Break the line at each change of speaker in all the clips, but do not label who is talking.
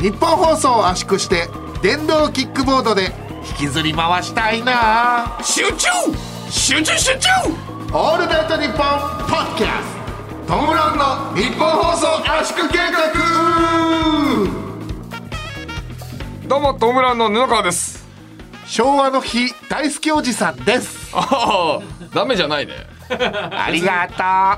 日本放送を圧縮して電動キックボードで引きずり回したいな
集中集中集中
オールナイトニッポンポッドキャストトム・ブラウンの日本放送圧縮計画
どうもトムブラウンの布川です
昭和の日大好きおじさんです
ああダメじゃないね
ありが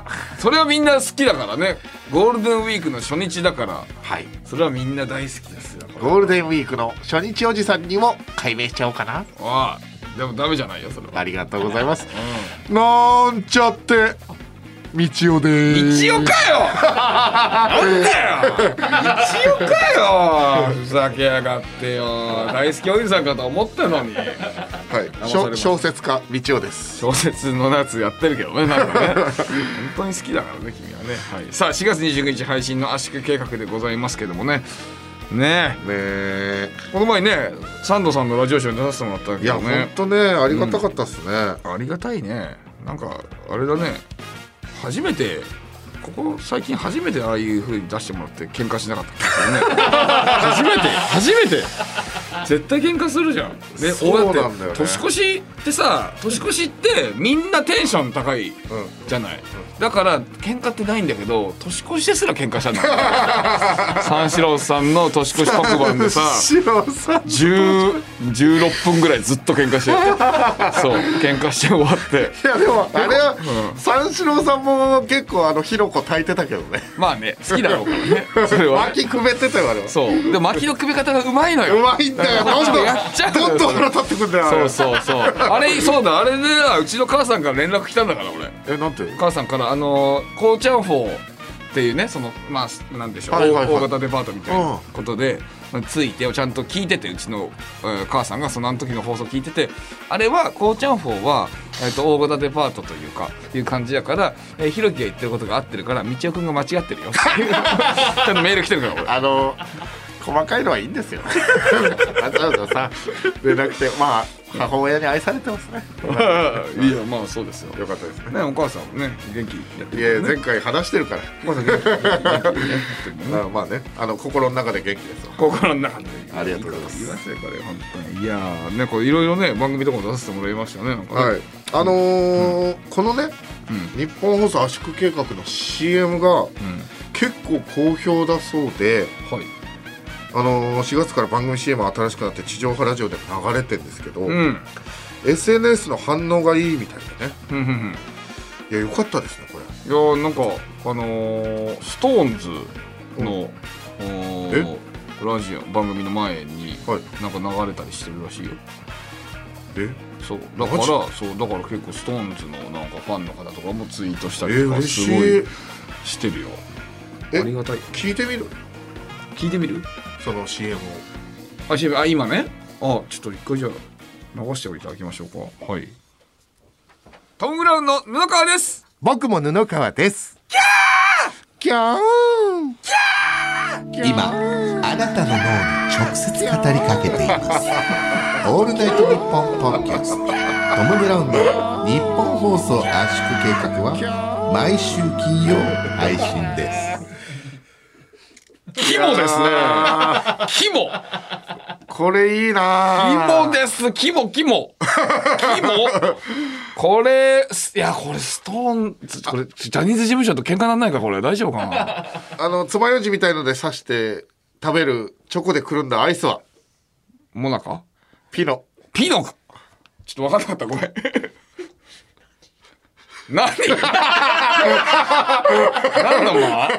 とう
それはみんな好きだからねゴールデンウィークの初日だから
はい
それはみんな大好きですよ
ゴールデンウィークの初日おじさんにも解明しちゃおうかな
ああでもダメじゃないよそれは
ありがとうございます、なんちゃってみちおで
一
す
応かよなんだよ一応かよふざけやがってよ大好きおじさんかと思ったのに
はい、
されま
小
す
小説家みちおです
小説のやつやってるけどねなん かね本当に好きだからね君はね、はい、さあ4月29日配信の圧縮計画でございますけどもねね
ねえ
えこの前ねサンドさんのラジオショーに出させてもらったけ
いや
ど
本
ね
当ねありがたかったですね、
ありがたいねなんかあれだね初めてここ最近初めてああいう風に出してもらって喧嘩しなかったです よね初めて初めて絶対喧嘩するじゃんで
そうなんだよね
俺って年越しってさ年越しってみんなテンション高いじゃない、だから喧嘩ってないんだけど年越しですら喧嘩したんだ 三四郎さんの年越し特番でさ
四郎さん
10 16分ぐらいずっと喧嘩してそう喧嘩して終わって
いやでもあれは、三四郎さんも結構あの火の粉炊いてたけどね
まあね好きだろうからねそれは
巻きくべてたよあれは
そうで巻きの組み方がうまいの
う
よ
まいんだ よどんどん
やっちゃう
どんどん腹立ってくんだよあ
そ
れ
うそうそうあれそうだあれでなうちの母さんから連絡来たんだから俺
えなんて
母さんからあのーこうちゃんフォーっていうねそのまあなんでしょう、
はいはいはい
大型デパートみたい
うん
なことで、まあついてをちゃんと聞いててうちの、えー母さんがそのあの時の放送聞いててあれはこうちゃんフォーは、えー、と大型デパートというかいう感じだから、えー、ひろきが言ってることが合ってるからみちおくんが間違っ てるよちゃんとメール来てるから俺。
あの細かいのはいいんですよ わざわざさでなくてまあ母親に愛されてますね
いやまあそうですよ。
よかったですね
ねお母さんもね元気やって
い
る
や前回話してるから
お母さん元気元気やってるもんね
あ まあねあの心の中で元気ですよ
心の中で
ありがとうございます
いいこと言いますよこれ本当にいやーねこれいろいろね番組とかも出させてもらいましたねなんかね
はいあのーこのね、日本放送圧縮計画の CM が結構好評だそうで、
はい
あのー4月から番組 CM 新しくなって地上波ラジオでも流れてるんですけど、
うん
SNS の反応がいいみたいでね
うんうんうん
いや良かったですねこれ
いやーなんかあのー、ストーンズの、おーラジオ番組の前に、
はい
なんか流れたりしてるらしいよ
え
そうだから
マジ
そうだから結構ストーンズのなんかファンの方とかもツイートしたり
え
とか
嬉
す
し
ご
い
いしてるよ
え
ありがたい
聞いてみる
聞いてみる
その CM を
あ、CM あ今ねあちょっと一回じゃあ流しておいていただきましょうかはいトム・ブラウンの布川です
僕も布川ですキャーキャー
今あなたの脳に直接語りかけていますオールナイトニッポンポッドキャストトム・ブラウンの日本放送圧縮計画は毎週金曜配信です
肝ですね肝
これいいな
肝です肝肝肝これいやこれストーンズこれジャニーズ事務所と喧嘩なんないかこれ大丈夫かな
あのつまようじみたいので刺して食べるチョコでくるんだアイスは
モナカ
ピノ
ピノかちょっと分かんなかったごめん何何の間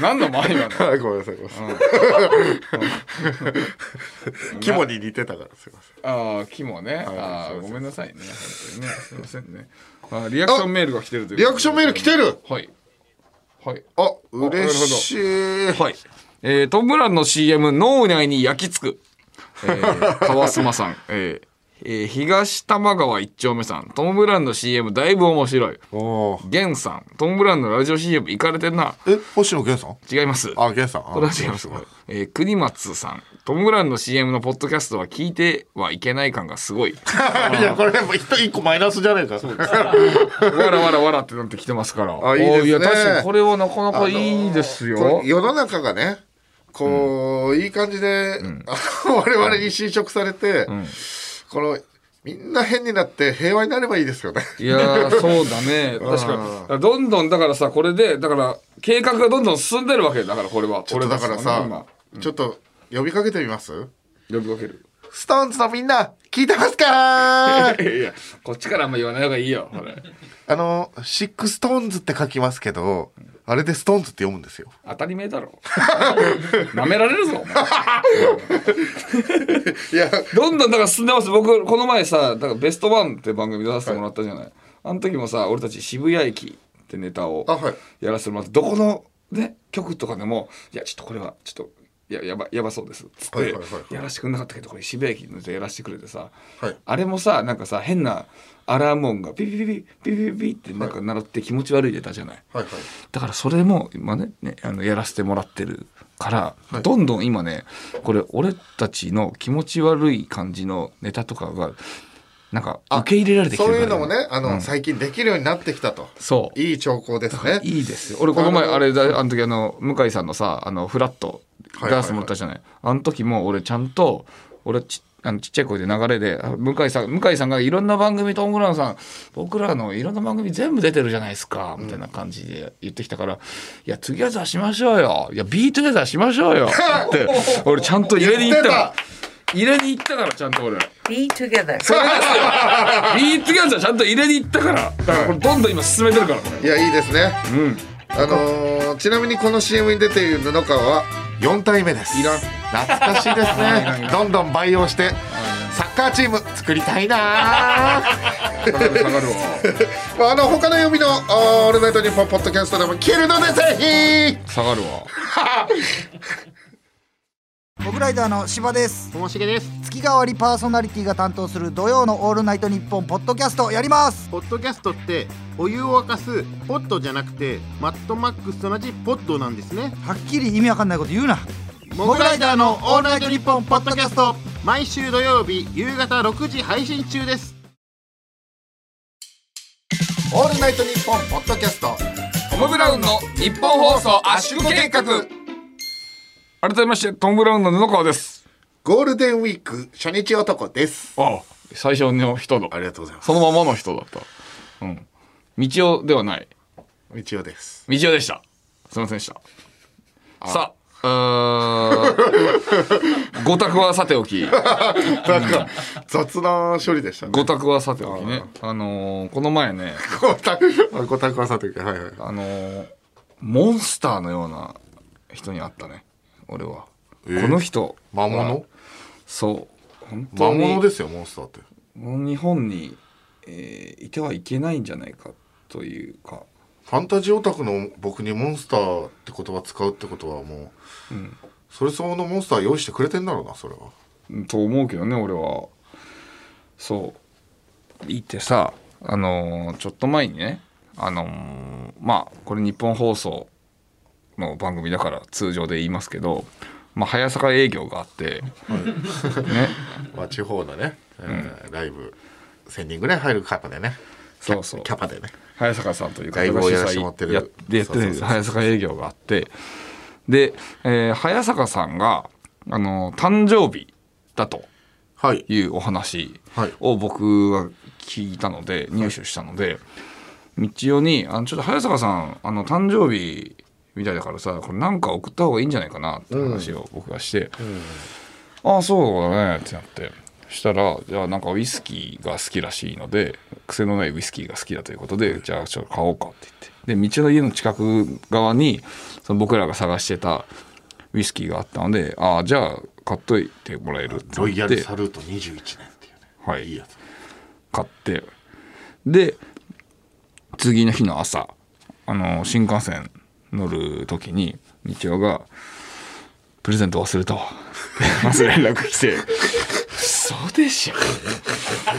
何の間今の
あごめんなさいごめんなさい、 肝に似てたからすいません
ああ肝ね、あ
すいませ
あ
ん
ごめんなさいね本当にねすいませんねあーリアクションメールが来てるという
リアクションメール来てる
はいはい
あ嬉しい
はい。えー、トム・ブラウンの CM、脳内に焼き付く。えー、 川島さん。えーえー東多摩川一丁目さん。トム・ブラウンの CM、だいぶ面白い。
おー
ゲンさん。トム・ブラウンのラジオ CM、行かれてんな。
え星野源さん
違います。
あ源さんあ
これは違います。えー、国松さん。トム・ブラウンの CM のポッドキャストは聞いてはいけない感が すごい。
いやこれもう一一個マイナスじゃねえか
わらわらわらってなってきてますから。
あいいですね
おーや、確かにこれはなかなかいいですよ。
これ世の中がねこう、いい感じで、あの 我々に侵食されて、このみんな変になって平和になればいいですよね。
いやーそうだね確かにどんどんだからさこれでだから計画がどんどん進んでるわけだからこれは
ちょっとだからさ、
今
ちょっと呼びかけてみます
呼びかける
ストーンズのみんな聞いてますか
いやいやこっちからあんま言わない方がいいよこれ
あのシックストーンズって書きますけどあれでストーンズって読むんですよ
当たり前だろ舐められるぞお前
いや
どんどんだから進んでます僕この前さ「だからベストワンって番組出させてもらったじゃない、あの時もさ俺たち渋谷駅ってネタを
あはい
やらせてもらってどこの、ね、局とかでも「いやちょっとこれはちょっといややばやばそうです」つって、
はいはいはいはい
やらしてくれなかったけどこれ渋谷駅のネタやらしてくれてさ、
はい
あれもさなんかさ変なアラーム音がピピピピピピピピってなんか鳴って気持ち悪いネタじゃない。
はいはい
だからそれも今ねねあのやらせてもらってるから、どんどん今ねこれ俺たちの気持ち悪い感じのネタとかがなんか受け入れられてきて
そ
る
う
から
いうのもねあの、最近できるようになってきたと
そう
いい兆候ですね
いいですよ俺この前
あの
あれだあの時あの向井さんのさあのフラット
はいはいはい
ダンスもらったじゃない,、あの時も俺ちゃんと俺ちあのちっちゃい声で流れであ向井さん向井さんがいろんな番組トム・グラウンさん僕らのいろんな番組全部出てるじゃないですかみたいな感じで言ってきたから「いや次はザしましょうよいやビートゥゲザーしましょうよ」 って俺ちゃんと入れに行ったから入れに行ったからちゃんと俺。
Be together.
それですよビートゥギャザーちゃんと入れに行ったからだからこれどんどん今進めてるからこ
いやいいですね
れうん
あのーちなみにこの CM に出ている布川は4体目です
いらん
懐かしいです ねどんどん培養してサッカーチーム作りたいなー
下がる下がるわ
ま ああの他の読みのあー「オールナイトニッポン」ポッドキャストでも聞けるのでぜひ
下がるわ
モグライダーの柴です
ともしげです
月替わりパーソナリティが担当する土曜の「オールナイトニッポン」ポッドキャストやります
ポッドキャストってお湯を沸かすポットじゃなくてマットマックスと同じポットなんですね
はっきり意味わかんないこと言うな
モグライダーのオールナイトニッポンポッドキャスト毎週土曜日夕方6時配信中です
「オールナイトニッポン」ポッドキャスト
トム・ブラウンの日本放送圧縮計画改めましてトム・ブラウンの布川です
ゴールデンウィーク初日男です
ああ最初の人だ
ありがとうございます
そのままの人だったうん道夫ではない
道夫です
道夫でしたすいませんでしたさあうーん ご託はさておき
なんか雑な処理でしたね
ご託はさておきねあのーこの前ね
ごたごたくはさというかはいはい
あのーモンスターのような人に会ったね俺は、この人
魔物
そう本当
魔
に
物ですよモンスターって
日本に、えーいてはいけないんじゃないかというか
ファンタジーオタクの僕にモンスターって言葉使うってことはもう、それ相応のモンスター用意してくれてんだろうなそれは
うんと思うけどね俺はそういてさあのーちょっと前にねあのーまあこれ日本放送の番組だから通常で言いますけど、まあ、早坂営業があって、ね
まあ地方のね、えーライブ1000人ぐらい入るカパでね
そうそう
キャパでね
早坂さんという方
ライ
が
ブ
主
を
催
やらせてもらってる
やってやっ
そ
てるんで
うそう
す
そう
早坂営業があってで、えー早坂さんがあの誕生日だと
はい
いうお話
はい
を僕は聞いたので入手したので、道夫にあの「ちょっと早坂さんあの誕生日みたいだからさこれなんか送った方がいいんじゃないかな」って話を僕がして「ああそうだね」ってなって。したらじゃあなんかウイスキーが好きらしいので癖のないウイスキーが好きだということでじゃあちょっと買おうかって言ってで道の家の近く側にその僕らが探してたウイスキーがあったのでああじゃあ買っといてもらえるって
ロイ
言
ヤ
って
ルサルート21年っていうね
はい
いいやつ
買ってで次の日の朝あの新幹線乗る時に道夫が「プレゼント忘れたわ」ってまず連絡来て「嘘でしょ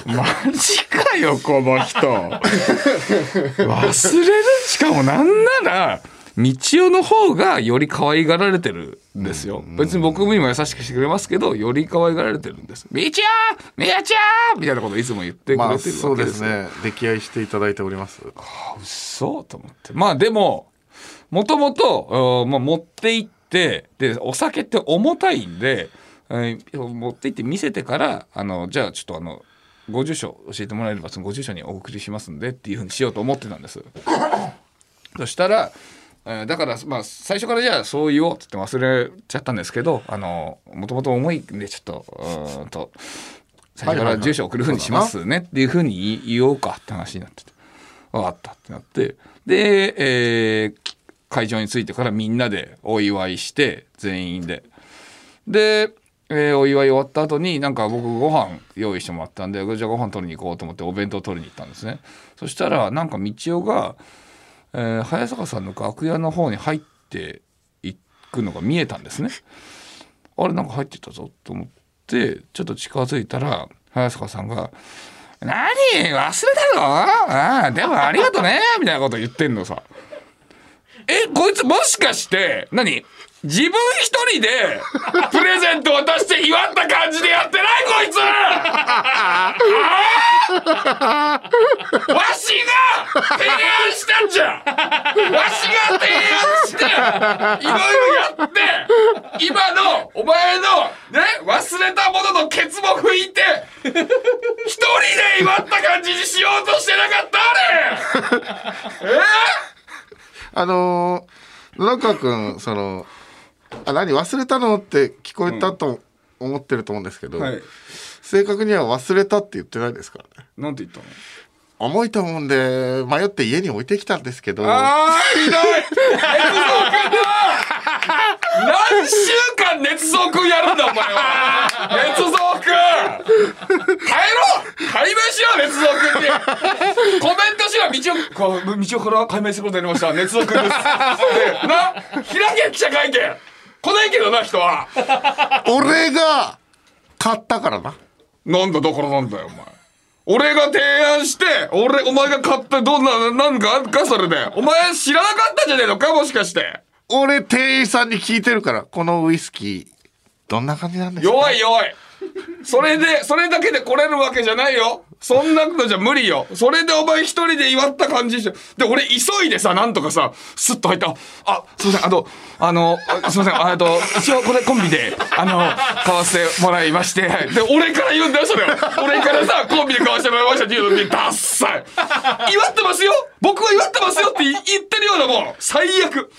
マジかよこの人忘れるしかもなんなら道夫の方がより可愛がられてるんですよ、別に僕も今優しくしてくれますけどより可愛がられてるんです「道夫道夫!」みたいなことをいつも言ってくれてるわ
ま
け
あ
ですよ、
そうですね溺愛していただいております
そうと思ってまあでももともと持って行っってでお酒って重たいんで、えー持って行って見せてからあのじゃあちょっとあのご住所教えてもらえればそのご住所にお送りしますんでっていうふうにしようと思ってたんです。 そしたら、えーだから、まあ、最初からじゃあそう言おうって言って忘れちゃったんですけど、あの、もともと重いんで、ちょっと、うーんと、最初から住所送るふうにしますねっていうふうに言おうかって話になってて、わかったってなって、で、えー会場に着いてからみんなでお祝いして、全員で。で、えーお祝い終わった後になんか僕ご飯用意してもらったんでじゃあご飯取りに行こうと思ってお弁当取りに行ったんですねそしたらなんか道夫が、えー早坂さんの楽屋の方に入っていくのが見えたんですねあれなんか入ってったぞと思ってちょっと近づいたら早坂さんが「何忘れたぞああでもありがとね」 みたいなこと言ってんのさ。えこいつもしかして何自分一人で プレゼント渡して祝った感じでやってないこいつ あーわしが提案したんじゃんわしが提案していろいろやって今のお前のね忘れたもののケツも拭いて一人で祝った感じにしようとしてなかったあれえ
あのー、野中君そのあ何忘れたのって聞こえたと思ってると思うんですけど、
はい
正確には忘れたって言ってないですからね
なんて言ったの
重いと思うんで迷って家に置いてきたんですけど
あーひどい熱造くんだ何週間熱造くんやるんだお前は熱造くん帰ろう解明しよう熱造くんにコメントしろ道をこう道をから解明することになりました熱造くんですでな開け記者会見来ないけどな人は
俺が買ったからな
なんだだからなんだよお前俺が提案して俺お前が買ってどんななんかあんかそれでお前知らなかったんじゃねえのかもしかして
俺店員さんに聞いてるからこのウイスキーどんな感じなんですか
弱い弱いそれでそれだけで来れるわけじゃないよそんなことじゃ無理よそれでお前一人で祝った感じじゃで俺急いでさなんとかさスッと入ったあすいませんあとあのあすいませんああと一応これコンビであの買わせてもらいましてで俺から言うんだよそれを俺からさコンビで買わせてもらいましたって言うのにダッサい祝ってますよ僕は祝ってますよって言ってるようなもん最悪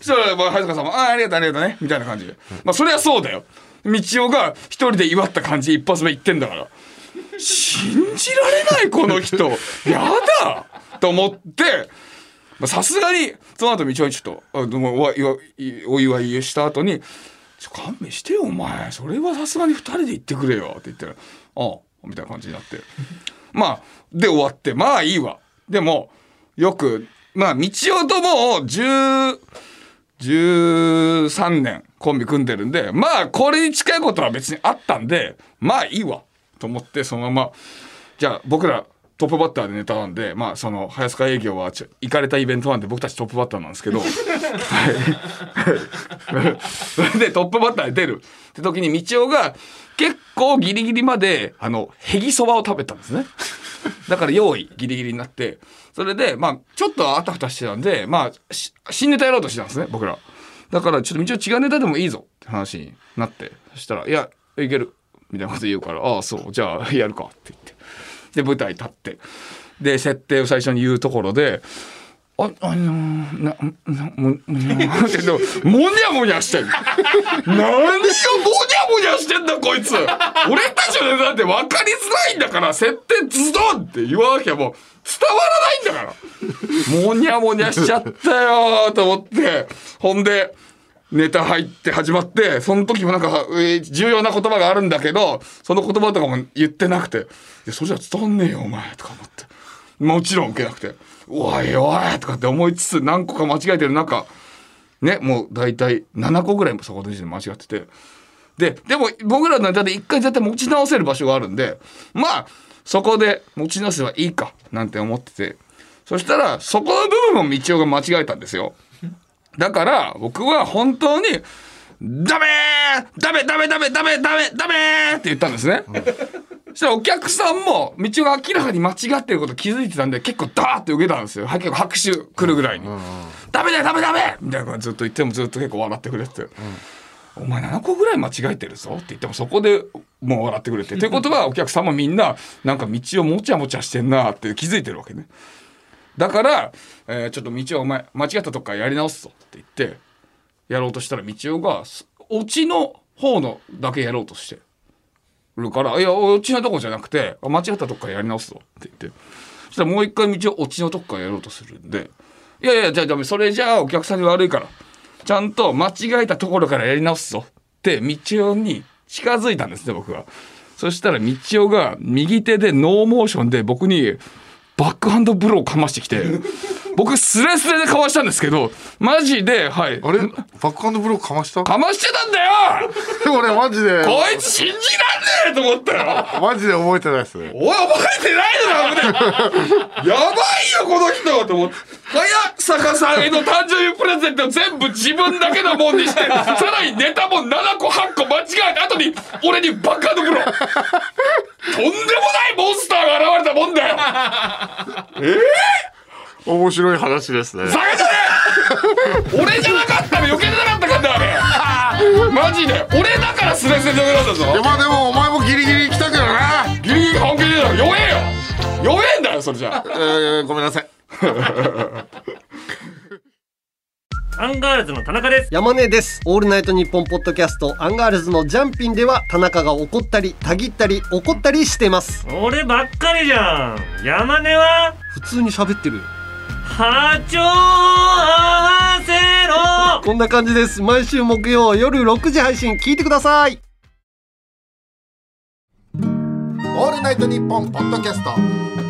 そしたら、まあ、早坂さんも、ああ、ありがとう、ありがとうね、みたいな感じで。まあ、そりゃそうだよ。道夫が一人で祝った感じ、一発目言ってんだから。信じられない、この人。やだと思って、まあさすがに、その後、道夫にちょっと、あどうもおわいわいお祝いした後に、ちょ勘弁してよ、お前。それはさすがに二人で言ってくれよ、って言ったら、ああ、みたいな感じになって。まあ、で終わって、まあいいわ。でも、よく、まあ、道夫ともう10、13年コンビ組んでるんで、まあこれに近いことは別にあったんで、まあいいわと思ってそのまま、じゃあ僕らトップバッターでネタなんで、まあその早坂営業はちょ行かれたイベントなんで僕たちトップバッターなんですけど、はいそれでトップバッターで出るって時に道夫が結構ギリギリまであのへぎそばを食べたんですね。だから用意ギリギリになって、それで、まあ、ちょっとあたふたしてたんで、まあ、し新ネタやろうとしてたんですね、僕ら。だから、ちょっと道を違うネタでもいいぞって話になって、そしたら、いや、いける。みたいなこと言うから、ああ、そう、じゃあ、やるかって言って。で、舞台立って。で、設定を最初に言うところで、あ、あのー、な、な、も、もにゃーって、でも、もにゃもにゃしてる。何をもにゃもにゃしてんだ、こいつ。俺たちのネタって分かりづらいんだから、設定ズドンって言わなきゃもう、伝わらないんだから。もにゃもにゃしちゃったよーと思って、ほんで、ネタ入って始まって、その時もなんか、えー重要な言葉があるんだけど、その言葉とかも言ってなくて、いや、それじゃ伝わんねえよ、お前、とか思って。もちろん受けなくて、おいおいとかって思いつつ何個か間違えてる中、ね、もう大体7個ぐらいもそこで間違ってて。で、でも僕らの間で一回絶対持ち直せる場所があるんで、まあ、そこで持ち直せばいいか、なんて思ってて。そしたら、そこの部分も道夫が間違えたんですよ。だから、僕は本当に、ダメーダメダメダメダメダメダメーって言ったんですね。そしたらお客さんも道が明らかに間違ってること気づいてたんで結構ダーって受けたんですよは結構拍手来るぐらいに。ダメだよダメダメみたいな感じでずっと言ってもずっと結構笑ってくれてて、お前7個ぐらい間違えてるぞって言ってもそこでもう笑ってくれてということはお客様みんななんか道をもちゃもちゃしてんなって気づいてるわけねだから、えーちょっと道をお前間違ったとこからやり直すぞって言ってやろうとしたら道夫がすオチの方のだけやろうとしてるから「いやオチのとこじゃなくて間違ったとこからやり直すぞ」って言ってそしたらもう一回道をオチのとこからやろうとするんで「いやいやじゃあダメそれじゃあお客さんに悪いからちゃんと間違えたところからやり直すぞ」って道夫に近づいたんですね僕は。そしたら道夫が右手でノーモーションで僕にバックハンドブローをかましてきて僕スレスレでかわしたんですけどマジではい
あれバックハンドブローかました
かましてたんだよ
俺マジで
こいつ信じらんねえと思ったよ
マジで覚えてないですね
おい覚えてないのか危ねえやばいよこの人と思って早坂さんへの誕生日プレゼント全部自分だけのもんにしてさらにネタも7個8個間違えた後に俺にバカのブロとんでもないモンスターが現れたもんだよ
面白い話ですね
バカじゃねえ俺じゃなかったら余計じゃなかったかんだあれマジで俺だからスレスレでなんだぞ
いやまあでもお前もギリギリ来たけどな
ギリギリ関係ねえだろ弱えよ弱えんだよそれじゃあ
えー、ごめんなさい
アンガールズの田中です
山根ですオールナイトニッポンポッドキャストアンガールズのジャンピンでは田中が怒ったりたぎったり怒ったりしてます
俺ばっかりじゃん山根は
普通に喋ってるよ
波長合わせろ
こんな感じです毎週木曜夜6時配信聞いてください
オールナイトニッポンポッドキャスト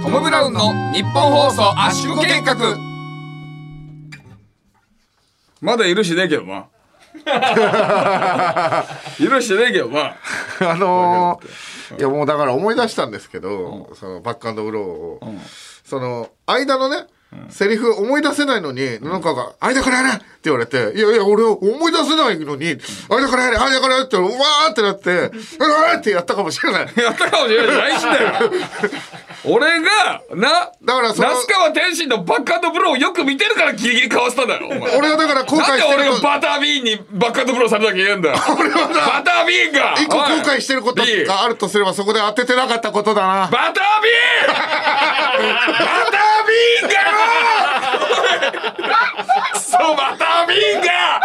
トム・ブラウンの日本放送圧縮計画まだ許してねえけどな許してねえけどな
あのー、いやもうだから思い出したんですけど、そのバックハンドブローを、その間のね、セリフ思い出せないのに、なんかが、間からやれって言われて、いやいや、俺思い出せないのに、間からやれ、間からやれって、うわーってなって、うわーってやったかもしれない。
やったかもしれないしだよ俺がな
だからその
那須川天心のバックハンドブローをよく見てるからギリギリかわしたんだろお前
俺はだから後
な
悔
んで
して
俺
る
が
こと、
バタービーンにバックハンドブローされなきゃいけないんだよ
俺はな
バタービーンが
一個後悔してること
おい
があるとすれば、そこで当ててなかったことだな。
バタービーンバタービーンが クソバタービーンが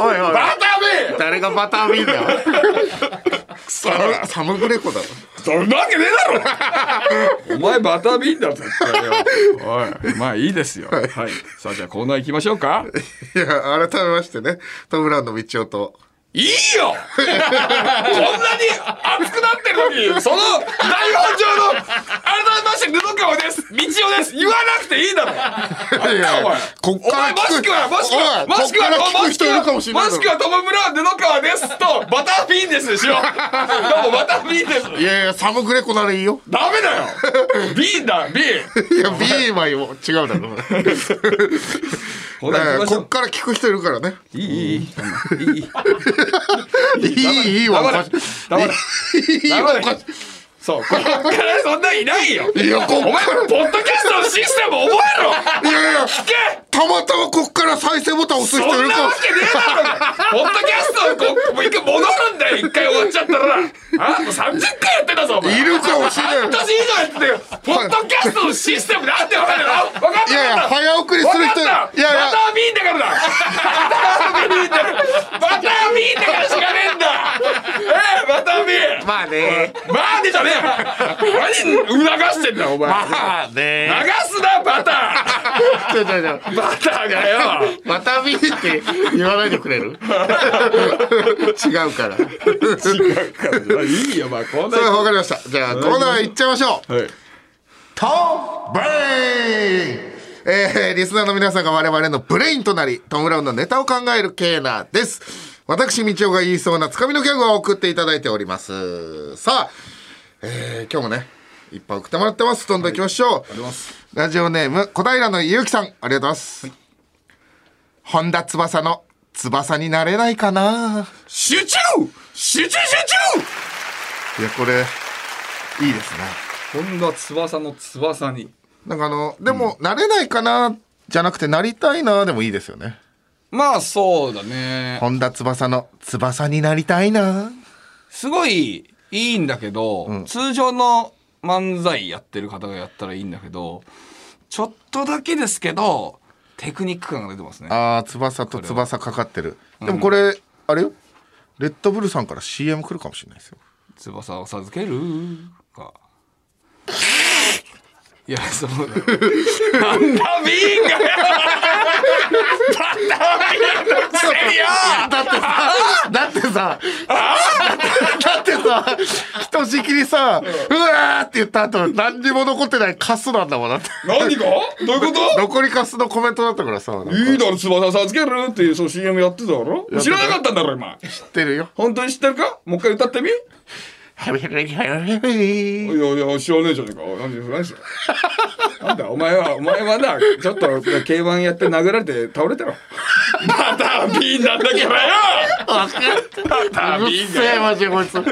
おい
おいおい
バタービーン
誰がバタービーンだよ。
クソなわ
サムグレコだろ。
けねえだろお前バタービーンだぞ絶対よおいまあいいですよはいさあじゃあコーナー行きましょうか
いや、改めましてね、トム・ブラウンの道夫と。
いいよこんなに熱くなってるのにその台本上の改めまして布川です道夫です言わなくていいだろ
いや
お前
こっから
お前もしくはもしく
おい
はもしくは
こっから聞く人いるかもしれないだろ
もしくはトム・ブラウン布川ですとバターピンですでしょどうもバターピンです
いやいや、サムグレコならいい よ。
ダメだよビンだビン
いや、ビーマイも違うだろ。
ほ
だからら
行きま
こ
しょ
っ
う
から聞く人いるからね。
いいいいいいいい
いい、いいわ、おか
黙れ
し
黙れ
い。いい
黙
わ、
れ
おかしい。
そうこっからそんないないよ
いや、こっ
お前
か
ポッドキャストのシステム覚えろ
ら、い やいや、
聞け
たまたまこっから再生ボタン押す
そ
人い
ん
る
な
か
わ
も。
けねえだろポッドキャストをこうもう一回戻るんだよ一回終わっちゃったらあもう30回やってたぞお前
いるかもしれない
半年以上やってたよポッドキャストのシステムなんて分かるの分かった
いやいや、
分かった
早送り
分
する
かっ
人いる。
た
いやい
バタービーンだからだバタービーンだからバタービーンだからしかねえんだええバタービーン
や、まあね。
バーでじゃねえよ何促してんだお前
まあ
流
ね。
すなバタ
ちょちょちょ。
ーバターがよ
また見って言わないでくれ る違うから。
違うからいいよまあこん
それわかりました。じゃあコーナー行っちゃいましょう。
はい
トンブレインえー、リスナーの皆さんが我々のブレインとなり、トム・ブラウンのネタを考えるケーナーです。私、みちおが言いそうなつかみのギャグを送っていただいております。さあ、えー、今日もね、いっぱい送ってもらってます。どんどん行きましょう。ラジオネーム、小平のゆうきさん、ありがとうございます。本田翼の翼になれないかな
集中集中集
いや、これ、いいですね。
中こんな翼の翼に
なんかあの、でも、慣れないかなっじゃなくてなりたいなでもいいですよね
まあそうだね
本田翼の翼になりたいな
すごいいいんだけど、通常の漫才やってる方がやったらいいんだけどちょっとだけですけどテクニック感が出てますね
あー翼と翼かかってるでもこれ、あれよレッドブルさんから CM 来るかもしれないですよ
翼を授ける かいやそのなんだビーンが
だってさ、だってさ、だってさ、ひとしきりさ、うわーって言った後、何にも残ってないカスなんだもんだって。
何がどういうこと
残りカスのコメントだったからさ、なんか
いいだろ翼を授けるっていうそう CM やってただろ
た
知らなかったんだろ今
知ってるよ。
本当に知ってるかもう一回歌ってみいやいや、知らねえじゃねえか。何で何してなんだ、お前は、お前はな、ちょっと、競馬やって殴られて倒れたろ。またピンなんだけどよ
うるせえ、マジでこいつ。なん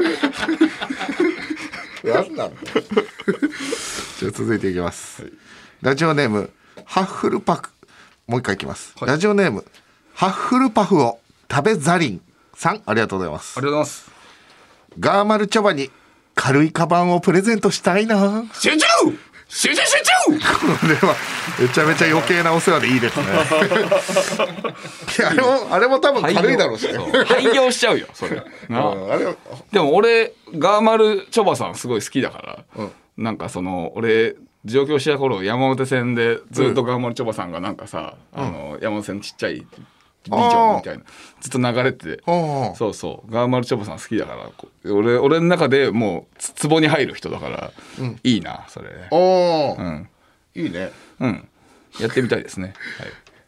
なんだ じゃあ続いていきます、ラジオネームハッフルパクもう一回いきます、ラジオネームハッフルパフを食べザリンさんありがとうございます
ありがとうございます。
ガーマルチョバに軽いカバンをプレゼントしたいな
集中集中集中
これはめちゃめちゃ余計なお世話でいい ですねいやあれもあれも多分軽いだろうしね
廃業しちゃうよ、それ。な
うんあれ
でも俺、ガーマルチョバさんすごい好きだから、なんかその、俺、上京した頃山手線でずっとガーマルチョバさんがなんかさ、あの山手線のちっちゃいビジョンみたいなずっと流れてて
うんうん
そうそうガーマルチョボさん好きだからこう俺俺の中でもうつツボに入る人だから、いいなそれね
おー
うん
いいね
うんやってみたいですね、は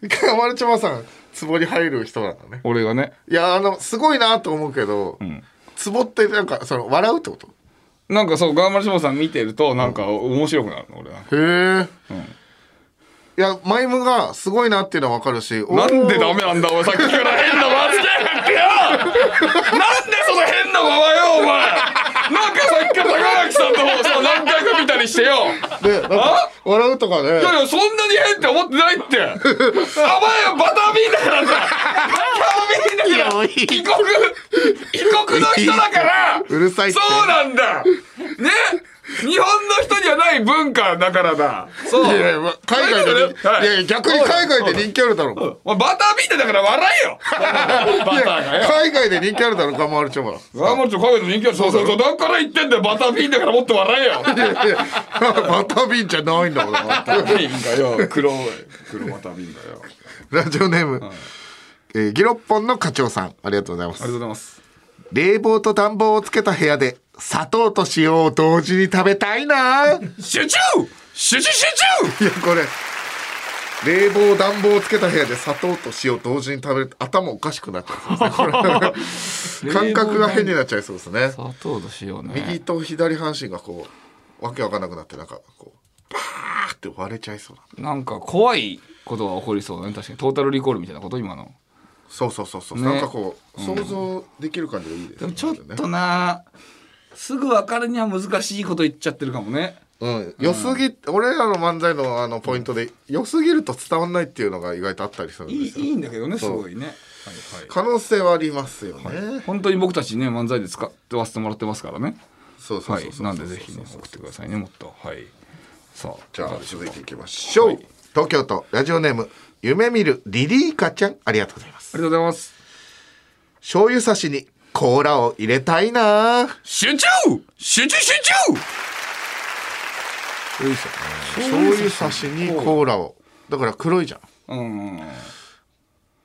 い、
ガーマルチョバさん壺に入る人なんだね
俺がね
いやあのすごいなと思うけど、ツボってなんかその笑うってこと
なんかそうガーマルチョボさん見てるとなんか面白くなるの俺は
へえ、いやマイムがすごいなっていうのはわかるしおー
なんでダメなんだお前さっきから変な間つけやがってよなんでその変なままよお前なんかさっきから高垣さんの方さ何回か見たりしてよ
でなんか笑うとかね
いやいや、そんなに変って思ってないって。甘いよ、バタービーンだからさ。バタービーンだから。異国、異国の人だから。
うるさいって
そうなんだ。ね。日本の人にはない文化だからだ。そう。
いやいやま海外で、
はい
い、やいや逆に海外で人気あるだろう
お前バタービーンだから笑 えよ。バターがよ。
海外で人気あるだろガマルチョ バ
あもうちょっと海外の人気ある。そうそうそう。だから言ってんだよ。バタービーンだからもっと笑えよ。
いやバタビンじゃないんだもんな
バタービーンがよ。黒い、黒バタービーンだよ。あり
ラジオネーム、えーギロッポンの課長さんありがとうございま
がとう
す
ございます。
冷房と暖房をつけた部屋で砂糖と塩を同時に食べたいな
集中集中集中
いやこれ冷房暖房をつけた部屋で砂糖と塩同時に食べると頭おかしくなっちゃいそうですねこ れ感覚が変になっちゃいそうですね
砂糖と塩ね
右と左半身がこうわけわかんなくなってなんかこうパーって割れちゃいそうだ
なんか怖いことが起こりそうだね確かにトータルリコールみたいなこと今の
そうそうそうそう、
ね
なんかこう想像できる感じがいいです
で
ね、
もちょっとなすぐ別れには難しいこと言っちゃってるかもね
うん、良すぎ、俺らの漫才のあのポイントで良すぎると伝わんないっていうのが意外とあったりするん
い
で
い
すよ
いいんだけどねす
う
ごいね、
可能性はありますよね、
本当に僕たちね漫才で使ってわせてもらってますからね
そうそう
は
そう
い
そう
なんでぜひね送ってくださいねもっとはいさあ
じゃあ続いていきましょう、東京都ラジオネーム夢見るリリーカちゃんありがとうございます
ありがとうございます
醤油差しにコーラを入れたいな
集中集中集中よいし
醤油差しにコーラをだから黒いじゃん
ょうんあ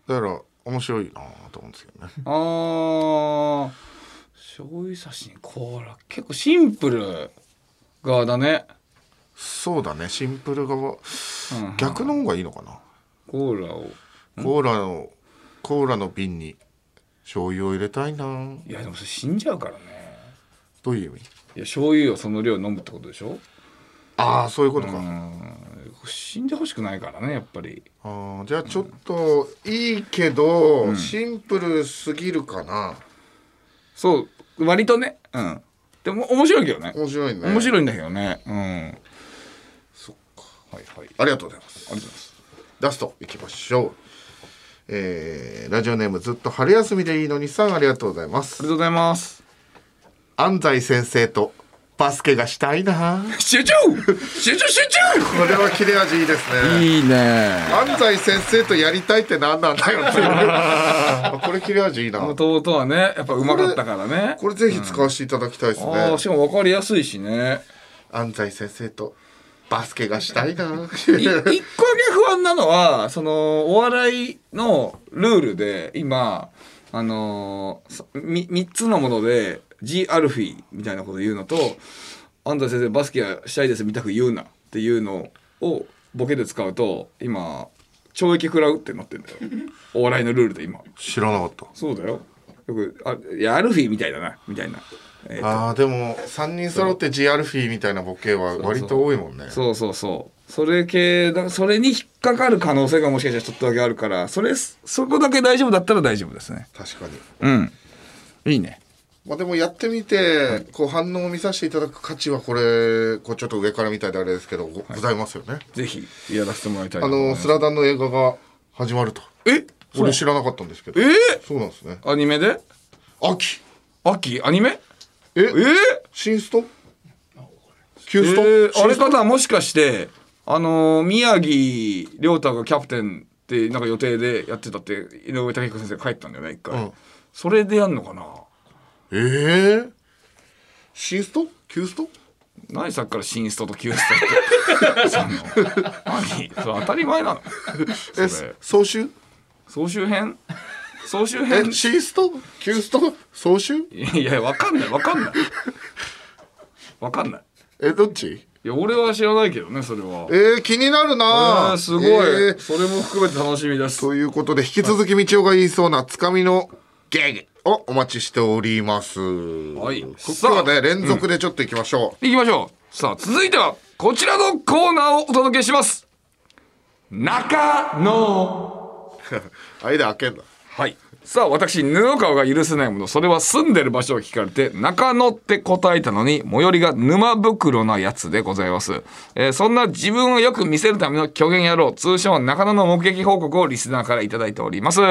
だから面白いなと思うんですけどね
あー醤油差しにコーラ結構シンプル側だね
そうだねシンプル側逆の方がいいのかな
コーラを
コーラのコーラの瓶に醤油を入れたいない
やでもそれ死んじゃうからね
どういう意味
いや醤油をその量飲むってことでしょ
ああそういうことか、
うん死んでほしくないからねやっぱり
あーじゃあちょっといいけど、シンプルすぎるかな
そう割とねうんでも面白いけどね
面白いね
面白いんだけどねうんそっかはいはいありが
ありがとうございます
とうございます
ラストいきましょうえーラジオネームずっと春休みでいいのにさんありがとうございま
りが
す
とうございます
安西先生とバスケがしたいな
集中集中集
これは切れ味いいですね
中 いいね
安西先生とやりたいって何なんだよっていう これ切れ味いいな
弟はねやっぱうまかったからね
これぜひ使わせていただきたいですね、
ああしかも分かりやすいしね
安西先生とバスケがしたいな
い一個だけ不安なのはそのお笑いのルールで今あのーさみ三つのもので G アルフィーみたいなこと言うのと安西先生バスケがしたいですみたく言うなっていうのをボケで使うと今懲役食らうってなって んだよお笑いのルールで今
知らなかった
そうだよよくあいやアルフィーみたいだなみたいな、えー
あーでも3人揃って G アルフィーみたいなボケは割と多いもんね
そうそうそう。それ系だそれに引っかかる可能性がもしかしたらちょっとだけあるから、それそこだけ大丈夫だったら大丈夫ですね。
確かに
うん。いいね。
まあでもやってみてこう反応を見させていただく価値はこれこうちょっと上からみたいであれですけどごございますよね
ぜひやらせてもらいたい
あ
なと思い
の
ます。
スラダンの映画が始まると
え
俺知らなかったんですけど
え
そうなんですね
アニメで？
秋
秋アニメ？
え
えー
新スト旧スト、
えー、あ
新
れ
スト
方もしかしてあのー宮城亮太がキャプテンってなんか予定でやってたって井上武彦先生が帰ったんだよね一回、
うん
それでやんのかな
えー新スト旧スト
何さっきから新ストと旧ス トってその何それ当たり前なの
え
それ
総集
総集編総集
え
編
新スト旧スト総集
いやいやわかんないわかんないわかんない
えどっち
いや俺は知らないけどねそれは
えー、気になる
あ
な
ーすごい、
えー
それも含めて楽しみです
ということで引き続き道夫が言いそうなつかみのゲーゲをお待ちしております。はいここはね連続でちょっといきましょう。
行きましょうさあ続いてはこちらのコーナーをお届けします中野
間開けんだ。
はいさあ私布川が許せないものそれは住んでる場所を聞かれて中野って答えたのに最寄りが沼袋なやつでございます、えーそんな野自分をよく見せるための虚言野郎通称中野の目撃報告をリスナーからいただいております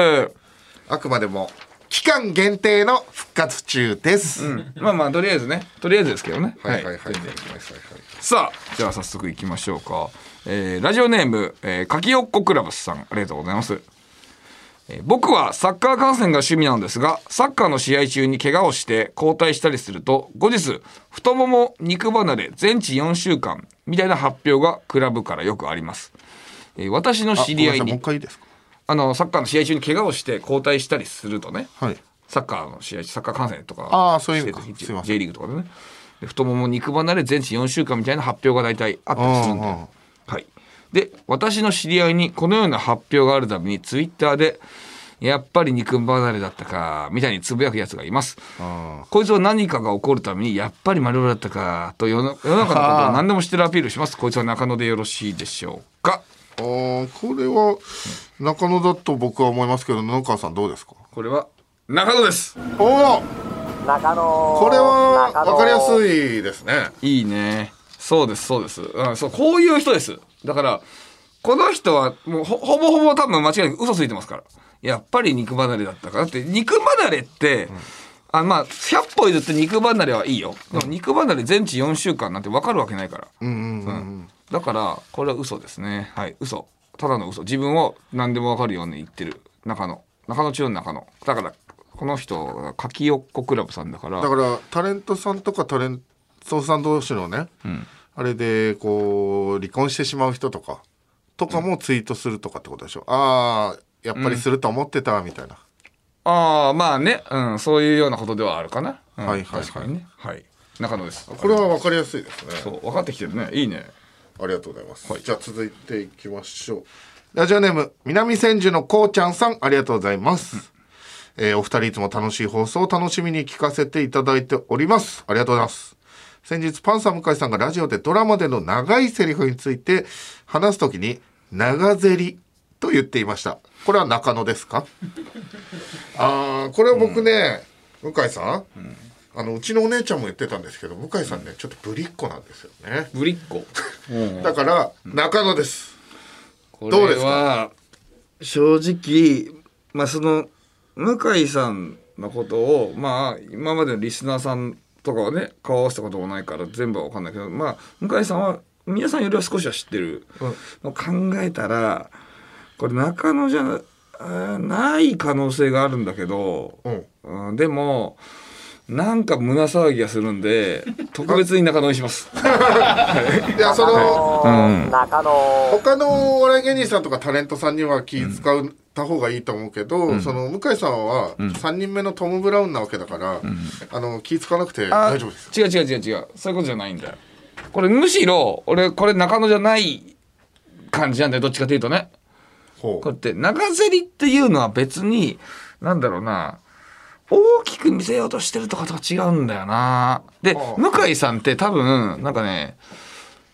あくまでも期間限定の復活中です。
まあまあとりあえずねとりあえずですけどね
はいはいはい。
さあじゃあ早速いきましょうか、えーラジオネーム、えー、かきよっこクラブスさんありがとうございます、えー僕はサッカー観戦が趣味なんですがサッカーの試合中に怪我をして交代したりすると後日太もも肉離れ全治4週間みたいな発表がクラブからよくあります、えー私の知り合い
あごめんなさもう一回
に
いいですか。
あのサッカーの試合中に怪我をして交代したりするとね、
はい。
サッカーの試合、サッカー観戦とか、
あーそういう意味か
してる時
すいません
J リーグとかでね。で太もも肉離れ全治4週間みたいな発表が大体あったりするんで。
うんうん
はい。で、私の知り合いにこのような発表があるたびに、ツイッターで、やっぱり肉離れだったか、みたいにつぶやくやつがいます。こいつは何かが起こるために、やっぱり丸々だったか、と世の世の中のことを何でも知ってるアピールします。こいつは中野でよろしいでしょうか。
あーこれは中野だと僕は思いますけど野川さんどうですか。
これは、中野です。
おお。これはわかりやすいですね。
いいね。そうです、そうです。うん、そう、こういう人です。だから、この人は、もうほ、ほぼほぼ多分間違いなく嘘ついてますから。やっぱり肉離れだったから。だって、肉離れって、あまあ、100歩譲って肉離れはいいよ。でも肉離れ全治4週間なんて分かるわけないから。うんだから、これは嘘ですね。はい、嘘。ただの嘘。自分を何でも分かるように言ってる。中野。中野中の中野。だから、この人が、かきよっこクラブさんだから。
だからタレントさんとかタレントさん同士のね、あれでこう離婚してしまう人とかとかもツイートするとかってことでしょ、ああやっぱりすると思ってたみたいな、
ああまあね、うん、そういうようなことではあるかな、うん
はいはいはい
確かにねはい中野です
これは分かりやすいですね
そう分かってきてるねいいね
ありがとうございます、じゃあ続いていきましょうラジオネーム南千住のこうちゃんさんありがとうございます、えーお二人いつも楽しい放送を楽しみに聞かせていただいておりますありがとうございます先日パンサー向井さんがラジオでドラマでの長いセリフについて話すときに長ゼリと言っていましたこれは中野ですかあーこれは僕ね、向井さん、あのうちのお姉ちゃんも言ってたんですけど向井さんねちょっとぶりっ子なんですよね
ぶりっ子
だから中野です。
こ
どう
れ
です
は正直まあその向井さんのことをまあ今までのリスナーさんとかはね顔合わせたこともないから全部は分かんないけどまあ向井さんは皆さんよりは少しは知ってる、の考えたらこれ中野じゃなあーない可能性があるんだけど、うんでもなんか胸騒ぎがするんで特別に中野にします。
いやその
うん
他のお笑い芸人さんとかタレントさんには気使うた方がいいと思うけど、その向井さんは3人目のトム・ブラウンなわけだから、あの気使わなくて
あ
大丈夫です
違う違う違う違うそういうことじゃないんだよこれむしろ俺これ中野じゃない感じなんだよどっちかというとね
ほ
こうやって長ゼリっていうのは別になんだろうな大きく見せようとしてるとかとは違うんだよなで
ほう
向井さんって多分なんかね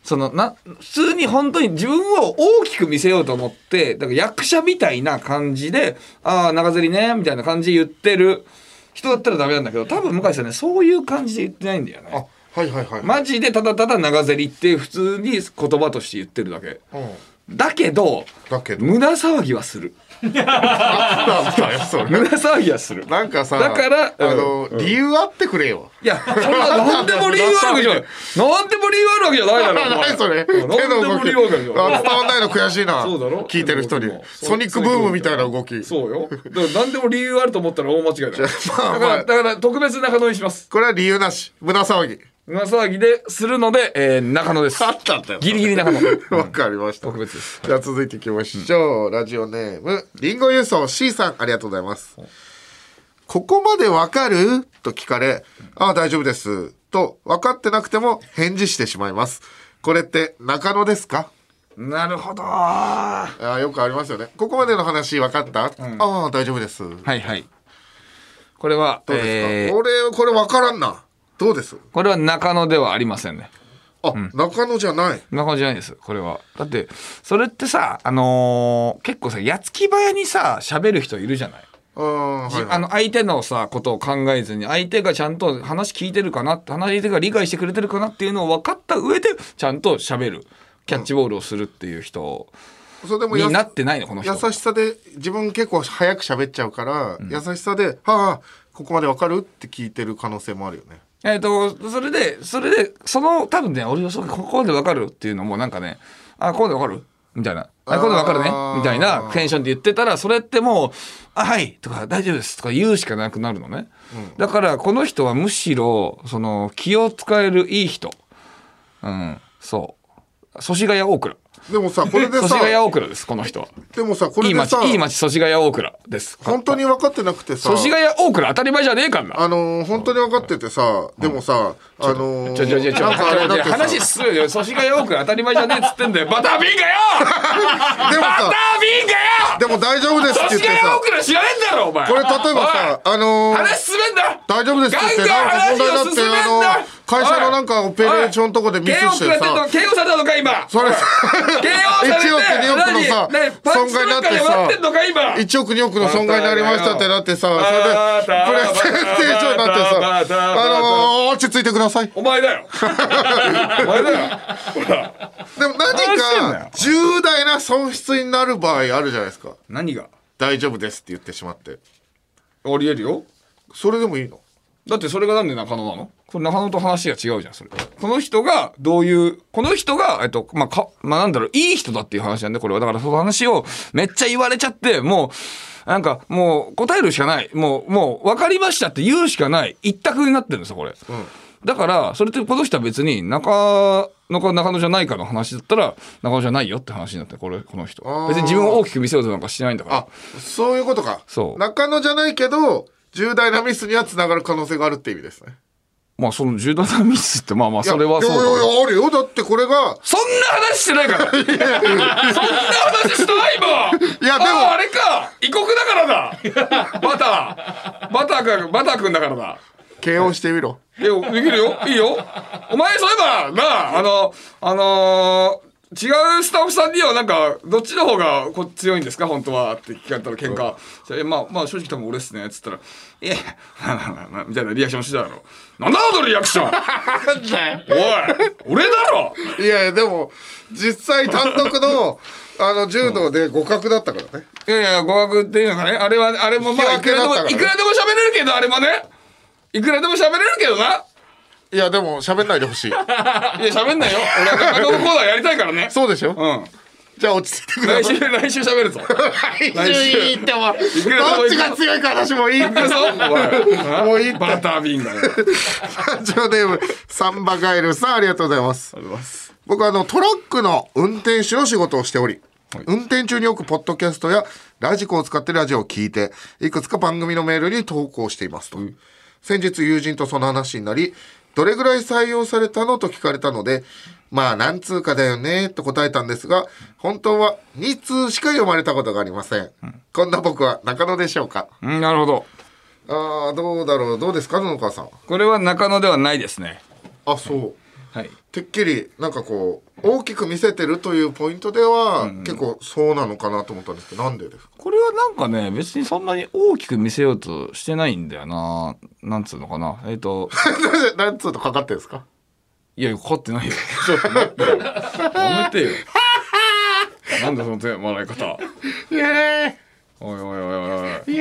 そのな普通に本当に自分を大きく見せようと思ってだから役者みたいな感じで「ああ長ゼリね」みたいな感じで言ってる人だったらダメなんだけど多分向井さんねそういう感じで言ってないんだよね。
あはいはいはい、
マジでただただ長ゼリって普通に言葉として言ってるだけ。
うん
だけど、
だけど
胸騒ぎはする。
なんだよそれ
胸騒ぎはする。
なんかさ
だから
あの、理由あってくれよ
いや、そんな、なんでも理由あるわけじ ゃない。なんでも理由あるわけじゃないだろ。お前
何それ
うんなんでも理由あるわけじゃ
あ
ない。
伝わんないの悔しいな
そうだろ
聞いてる人に
そうそう
ソニックブームみたいな動き
そうよ。だから何でも理由あると思ったら大間違いだよ。
ま あ
だか
まあ
ら、だから特別中野にします。
これは理由なし胸騒ぎ
胸騒ぎでするので、えー中野です。
あったんだよ
ギリギ リ中野。
わかりました
特別です
じゃあ続いていきましょう、ラジオネームリンゴ郵送 C さんありがとうございます、ここまでわかると聞かれ「ああ大丈夫です」と分かってなくても返事してしまいますこれって中野ですか
なるほど。
ああよくありますよねここまでの話分かった、ああ大丈夫ですどう
はいはい。これは、
ですか、
えー
俺これ分からんなどうです
これは中野ではありませんね。
あ、中野じゃない
中野じゃないです、これは。だって、それってさ、あのー結構さ、やつき早にさ、喋る人いるじゃない、
ああはい、はい、
あの、相手のさ、ことを考えずに、相手がちゃんと話聞いてるかなって、相手が理解してくれてるかなっていうのを分かった上で、ちゃんと喋る。キャッチボールをするっていう人
それでもや
になってないの、この人。
優しさで自分結構早く喋っちゃうから、優しさで「はあここまでわかる?」って聞いてる可能性もあるよね。
えっ、と、それで、それで、その、多分ね、俺予想、ここまでわかるっていうのも、なんかね、あ、ここまでわかるみたいな。あ、ここまでわかるね
あー
みたいなテンションで言ってたら、それってもう、あ、はいとか、大丈夫ですとか言うしかなくなるのね。だから、この人はむしろ、その、気を使えるいい人。うん、そう。祖師ヶ谷大倉。
でもさこれで
祖師ヶ
さ
谷大倉です、この人は。
でもさこ
い
れ
い
で
町
さ、
いい町、祖師ヶ谷大倉です。
本当に分かってなくてさ
祖師ヶ谷大倉当たり前じゃねえかんな。
あのー本当に分かっててさでもさ、あのー
ちょちょちょちょ、
なんかあれだってさ
話進むよ。粗品がよく当たり前じゃねえっつってんだよ。バタービンかよ
でもさ
バタービンか
でも大丈夫ですって言っ
よ粗
て
品が
さ
よくの知らねえんだろ、お前。
これ例えばさあの
おい、
ー
話進めんだ
大丈夫ですって言って
ガン
なんか
ガン
問題になって
話を進めん
あ
だ
のー会社のなんか
おい
オペレーションとこでミスして
慶応食らってん
さ
の慶応されたのか、今
それ
慶応されて
1億2億のさ
何何パンチなんかで割ってんのか、今
1億2億の損害になりましたってなってさそれ
バター
でプレゼンテーションになって
バター
さ
バター
あのー落ち着いてください
お前だ よお前だよほら
でも何か重大な損失になる場合あるじゃないですか
何が
大丈夫ですって言ってしまって
ありえるよ
それでもいいの
だってそれがなんで中野なのこれ中野と話が違うじゃん、それ。この人がどういう、この人が、えっと、まあ、か、まあ、なんだろう、いい人だっていう話なんで、これは。だからその話をめっちゃ言われちゃって、もう、なんか、もう答えるしかない。もう、もう、分かりましたって言うしかない。一択になってるんですよ、これ。だから、それってこの人は別に中野か中野じゃないかの話だったら、中野じゃないよって話になってる、これ、この人
あー。
別に自分を大きく見せようとなんかしてないんだから。
あそういうことか
そう
中野じゃないけど重大なミスにはつながる可能性があるって意味ですね
まあ、その重大なミスって、まあまあ、それはいそ
や
う
い
だけ
や
ど
いやあるよだってこれが
そんな話して ないから。そんな話してないもん。
いやでも
ああれか。異国だからだ。バター。バターくん、バターくんだからだ。
慶応してみろ
え、できるよ。いいよ。お前、そういえば、なあ、あの、あのー違うスタッフさんにはなんかどっちの方がこ強いんですか本当はって聞かれたら喧嘩、それまあまあ正直多分俺っすねっつったら「いやまあまあまあまあ」みたいなリアクションしてただろなんだそのリアクションおい俺だろ
いやいやでも実際単独のあの柔道で互角だったからね
いやいや、語学っていうのがね、あれは、あれもまあ、
引
い
き分
く
け
ら
だ
で
っ
も、
たからね
いくらでも喋れるけど、あれもね。いくらでも喋れるけどな。
いやでも喋んないでほしい
いや、喋んないよ。俺は学校のコーナーやりたいからね。
そうでしょ、
うん。
じゃあ落ち着いてくだ
来
さい
週、来週喋るぞ。
来週いいってもど
くらでも
っちが強いか話もういいって
行くぞ、おい
もういいって
バタービーンだよ。
ラジオネームサンバガエルさんありがとうございます 僕はあのトラックの運転手の仕事をしており、運転中によくポッドキャストやラジコを使ってラジオを聞いていくつか番組のメールに投稿していますと、先日友人とその話になりどれぐらい採用されたのと聞かれたのでまあ何通かだよねと答えたんですが本当は2通しか読まれたことがありません、こんな僕は中野でしょうか
うん、なるほど。
あーどうだろうどうですか野々川さん
これは中野ではないですね。
あそう
はい。
てっきりなんかこう大きく見せてるというポイントでは、結構そうなのかなと思ったんですけどなんで ですか
これはなんかね、別にそんなに大きく見せようとしてないんだよな。なんつうのかな。えっ、と、
何つうとかかってるんですか
いや、かかってないよ。ちょっと待ってよ。やめてよ。なんだその手笑い方。おいおいおいおいおい。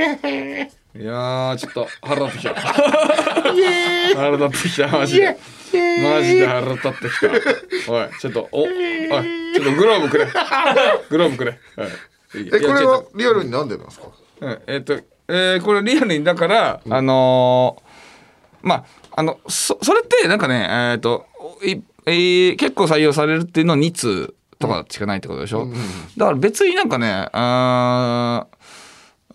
いやー、ちょっと腹立ってきた。腹立ってきた、マジで。マジで腹立ってきた。おい、ちょっと、お、おい、ちょっとグローブくれ。グローブくれ。はい、いや
えこれ
ちょっ
は
と
リアルになんでなんですか、
うんえっ、と、えーこれリアルに、だから、あのーまあ、あの、そ、それって、なんかね、えっ、と、いえー結構採用されるっていうのは2通とかしかないってことでしょ、だから別になんかね、あー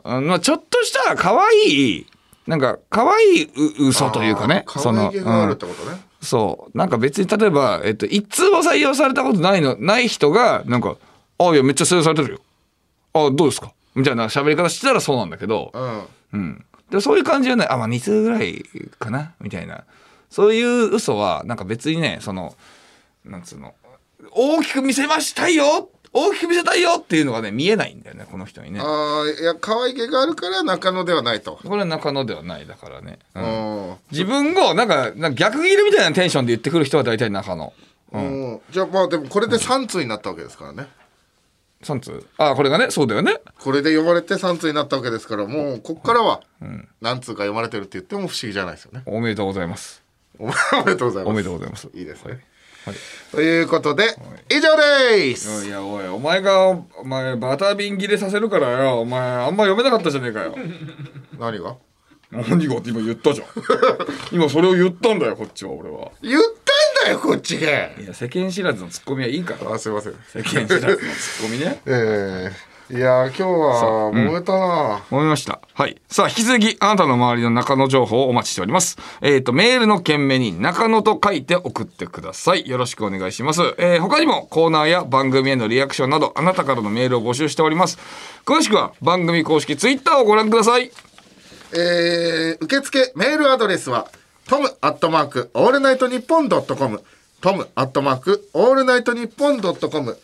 あのまあ、ちょっとした可愛い、なんか、可愛いう嘘というかね。
可
そ
愛
の
げがある
う
っ
ん
てことね、
そう。なんか別に例えば、えっと、一通も採用されたことないの、ない人が、なんか、あ、いや、めっちゃ採用されてるよ。あ、どうですかみたいな喋り方してたらそうなんだけど、
うん
うん。でもそういう感じじゃない。あ、まあ、2通ぐらいかなみたいな。そういう嘘は、なんか別にね、その、なんつうの、大きく見せましたいよ大きく見せたいよっていうのがね、見えないんだよね、この人にね。
あーいや可愛げがあるから中野ではないと、
これは中野ではないだからね。う
うんん
自分を、なんか、なんか逆ギレみたいなテンションで言ってくる人は大体中野。
うんじゃあまあでもこれで3通になったわけですからね
三通あこれがねそうだよね
これで読まれて3通になったわけですからもうこっからは何通か読まれてるって言っても不思議じゃないですよね
おめでとうございます
おめでとうございます
おめでとうございます
いいですね、
はい
ということで以上です、
いやおいお前がお前バタービン切れさせるからよお前あんま読めなかったじゃねえか よ
何が
何がって今言ったじゃん 今それを言ったんだよこっちは俺は
言ったんだよこっちが
いや世間知らずのツッコミはいいから
あすいません
世間知らずのツッコミね
えー、いやー今日は揉めたな、
思いました。はい。さあ、引き続き、あなたの周りの中野情報をお待ちしております。えっ、と、メールの件名に中野と書いて送ってください。よろしくお願いします。えー他にもコーナーや番組へのリアクションなど、あなたからのメールを募集しております。詳しくは、番組公式ツイッターをご覧ください。
えー、受付メールアドレスはトムアットマークオールナイトニッポンドットコムトムアットマークオールナイトニッポンドットコム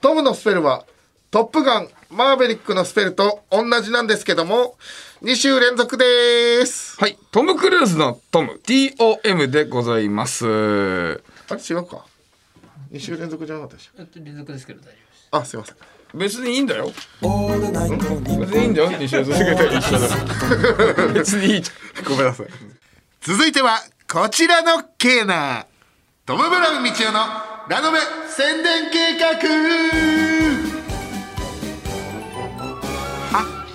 トムのスペルはトップガンマーベリックのスペルと同じなんですけども2週連続です
はい。トム・クルーズのトム、TOM でございます。
あれ違うか2週連続じゃなかったでしょ
連続ですけど大丈夫です
あすいません
別にいいんだよ。ん別にいいんだよ。一緒に続けて一緒だ。別にいいじゃん。
ごめんなさい。続いては、こちらのケーナー。トム・ブラウン・道夫のラノベ宣伝計画は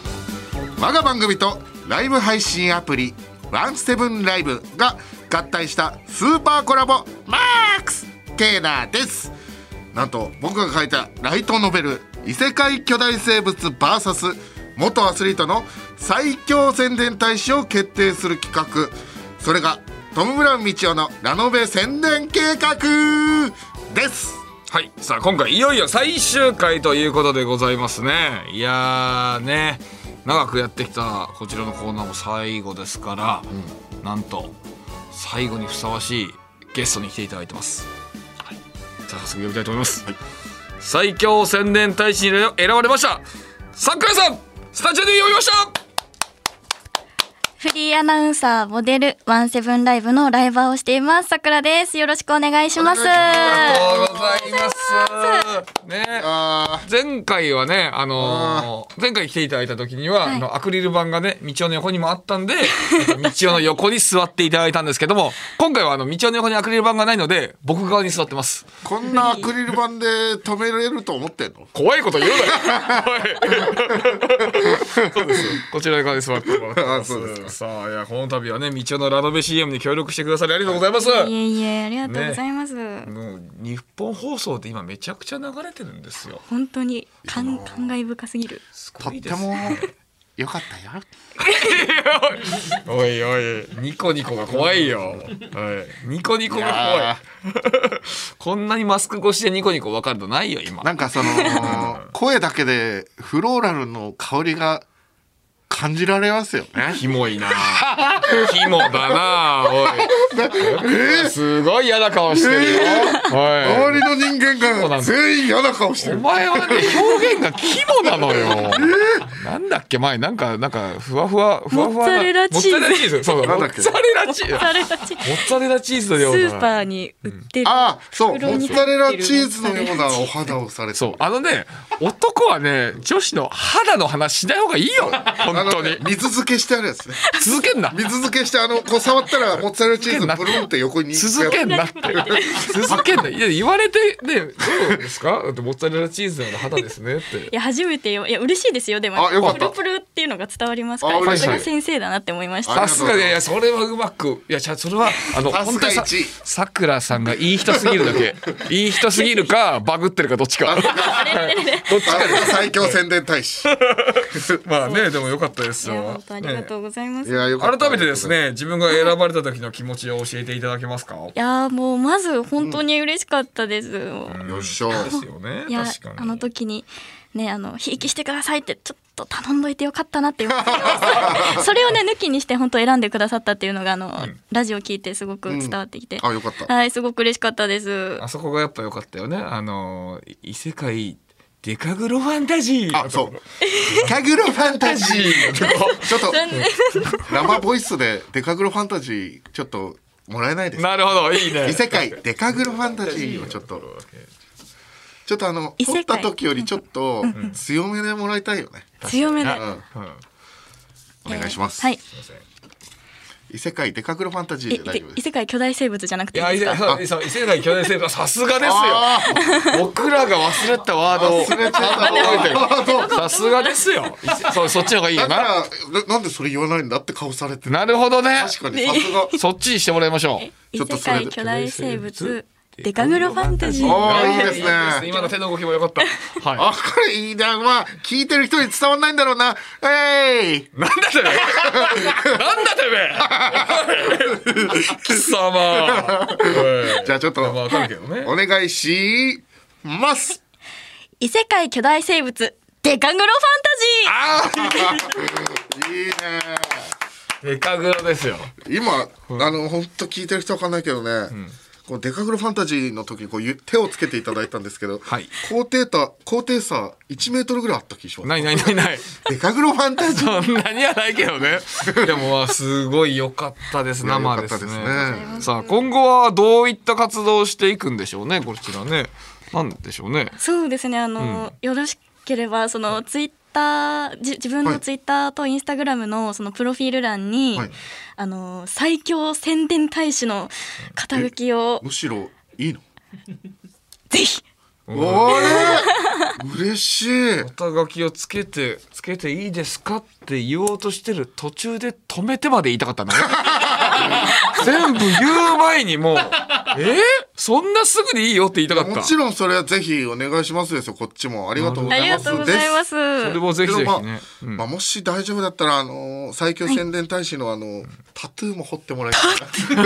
我が番組とライブ配信アプリワンセブンライブが合体したスーパーコラボマックスケーナーですなんと僕が書いたライトノベル「異世界巨大生物 VS 元アスリートの最強宣伝大使」を決定する企画それがトム・ブラウン道夫のラノベ宣伝計画です
はい、さあ今回いよいよ最終回ということでございますねいやーね長くやってきたこちらのコーナーも最後ですから、なんと最後にふさわしいゲストに来ていただいてます、はい、じゃあ早速呼びたいと思います、最強宣伝大使に選ばれました桜井さんスタジオで呼びました
フリーアナウンサー、モデル、ワンセブンライブのライバーをしています。さくらです。よろしくお願いします。
ありがとうございます。ね、
あ
前回はね、あのー前回来ていただいた時には、
い
あのアクリル板がね、道夫の横にもあったんで、 えっと道夫の横に座っていただいたんですけども、今回はあの道夫の横にアクリル板がないので、僕側に座ってます。
ーこんなアクリル板で止めれると思ってんの
怖いこと言うなよ。おい そうですよ。こちら側に座ってもらってます。
あそうです
さあ、いや、この度はね、道夫のラノベ CM に協力してくださりありがとうございます。
いえいえ、ありがとうございます。
もう日本放送って今めちゃくちゃ流れてるんですよ。
本当に感感慨深すぎる。
とってもよかったよ
おいおいニコニコが怖いよ、はい、ニコニコが怖い こんなにマスク越しでニコニコ分かるのないよ今
なんかその声だけでフローラルの香りが感じられますよね
キモいなキモだな おいすごい嫌な顔してるよ、
周
お
りの人間が全員嫌な顔して
いお
る
前はね表現がキモなのよなんだっけ前なんかなんかふわふわふわふわな
モッツァレラチーズ
モッツァレラチーズそうそう
なん
モ
だ
ッ
っけ
ツァレラチーズモ
されたち。
ッツァレラチーズの
ス
ような
ーパーに売ってる。
ああそうモ
袋
ッ
に
ツ
入ってる
ァレラチーズのようなお肌をされて
そうあのね男はね女子の肌の話しない方がいいよ本当に
水漬けしてあるやつね
続けんな
水漬けしてあのこう触ったらモッツァレラチーズブルンって横に
続けんなって続けんないや言われてねどうですかだってモッツァレラチーズのような肌ですねって
いや初めてよいや嬉しいですよでも
あよかっ
プ
た
ルプルっていうのが伝わりますか
あ嬉
ら
しい
さすが先生だなって思いまし
あ
た
さすがいやいやそれはうまくいやじゃあそれはあの
さす
本当
が
にさ
一位
さくらさんがいい人すぎるだけいい人すぎるかバグってるかどっちかどっち
あ
か
れが最強宣伝大使
まあねでもよかったです
いや
よ
本当ありがとうございます、
いやよかった
改めてですね自分が選ばれた時の気持ちを教えていただけますか
いやーもうまず本当に嬉しかったです、
よっしゃ
ですよね
いや
確かに
あの時にねあのひいきしてくださいってちょっと頼んどいてよかったなっていう それをね抜きにして本当選んでくださったっていうのがあの、ラジオ聞いてすごく伝わってきて、
あよかった
はいすごく嬉しかったです
あそこがやっぱ良かったよね。あのー、異世界デカグロファンタジー。
あそうカグロファンタジーちょっと
残念
生ボイスでデカグロファンタジーちょっともらえないですか
なるほど、いい
異
ね。
世界デカグロファンタジーをちょっとちょっとあの
異
撮
世界
った時よりちょっと強めでもらいたいよね、
強めで、
うんお願いします、
はい
異世界デカグロファンタジ
い
ーで大
い
丈夫
異
です
世界巨大生物じゃなく
い
ていい
や、
で
異
す
世
か
界、そう異世界巨大生物、さすがです
あ
よ。僕らが忘れたワードを。
忘れちゃった
さすがですよ。異世そう、そっちの方がいいよ
だか
な。
らななんでそれ言わないんだって顔されてる
なるほどね。
確かにさ すが
そっちにしてもらいましょう。
異
ちょっと
世
それ
界巨大生物デカグロファンタジー
おーいい
や
ですね
やや今の手の動きも良かった。はい。
あこれいいなまあ聞いてる人に伝わんないんだろうなえい
なんだてめえなんだてめえ貴様
じゃあちょっと
まあわかるけどね
お願いします
異世界巨大生物デカグロファンタ
いいね
デカグロですよ
今あの本当聞いてる人わかんないけどね、こうデカグロファンタジーの時にこうゆ手をつけていただいたんですけど、
はい
高低差高低差1メートルぐらいあった気がします
ないないないない
デカグロファンタジー
そんなにはないけどねでもまあすごい良かったです
いや
生ですね
良かったです
さあ今後はどういった活動をしていくんでしょうねこちらねなんでしょうね
ジーそうですねあの、よろしければそのツイッターじ自分
は
の
い
ツイッターとインスタグラムのそのプロフィール欄に、
はい
あの最強宣伝大使の肩書きを
むしろいいの
ぜひ
おれ嬉しい
肩書きをつけてつけていいですかって言おうとしてる途中で止めてまで言いたかっ たのね全部言う前にもうえそんなすぐでいいよって言いたかった
もちろんそれはぜひお願いしますですよこっちもありがとうご
あ
ざ
り
い
が
ます
とうございます
それもぜひぜ
まあ
ひね、うん
まあ、もし大丈夫だったら、あのー最強宣伝大使の、あのータトゥーも彫ってもらいたいな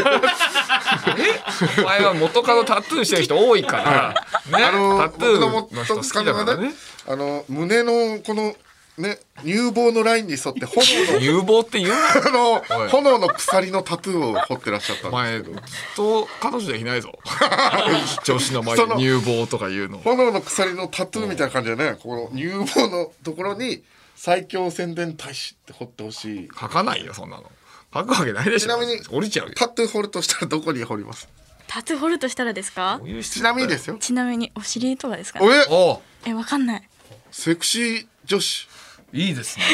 お前は元カノタトゥーしてる人多いから、ね、
あの
タトゥー
僕の
の人
元
好き
カ
だ
ノ
から
が
ね
ね。あの胸のこのね、乳房のラインに沿って炎 の
有望って言うな
あの
おい
炎の鎖のタトゥーを彫ってらっしゃった
お
んで
前
す
ず
け
っ
ど
と彼女でいな いぞ女子の前
その
で乳房とか言うの
炎の鎖のタトゥーみたいな感じでねこの乳房のところに最強宣伝大使って彫ってほしい
書かないよそんなの書くわけないでしょ
ちなみに
降りちゃうよ
タトゥー彫るとしたらどこに彫ります
タトゥー掘るとしたらですか
ちなみにですよ
ちなみにお尻とかですかね
え
おう
えわかんない
セクシー女子
いい ですね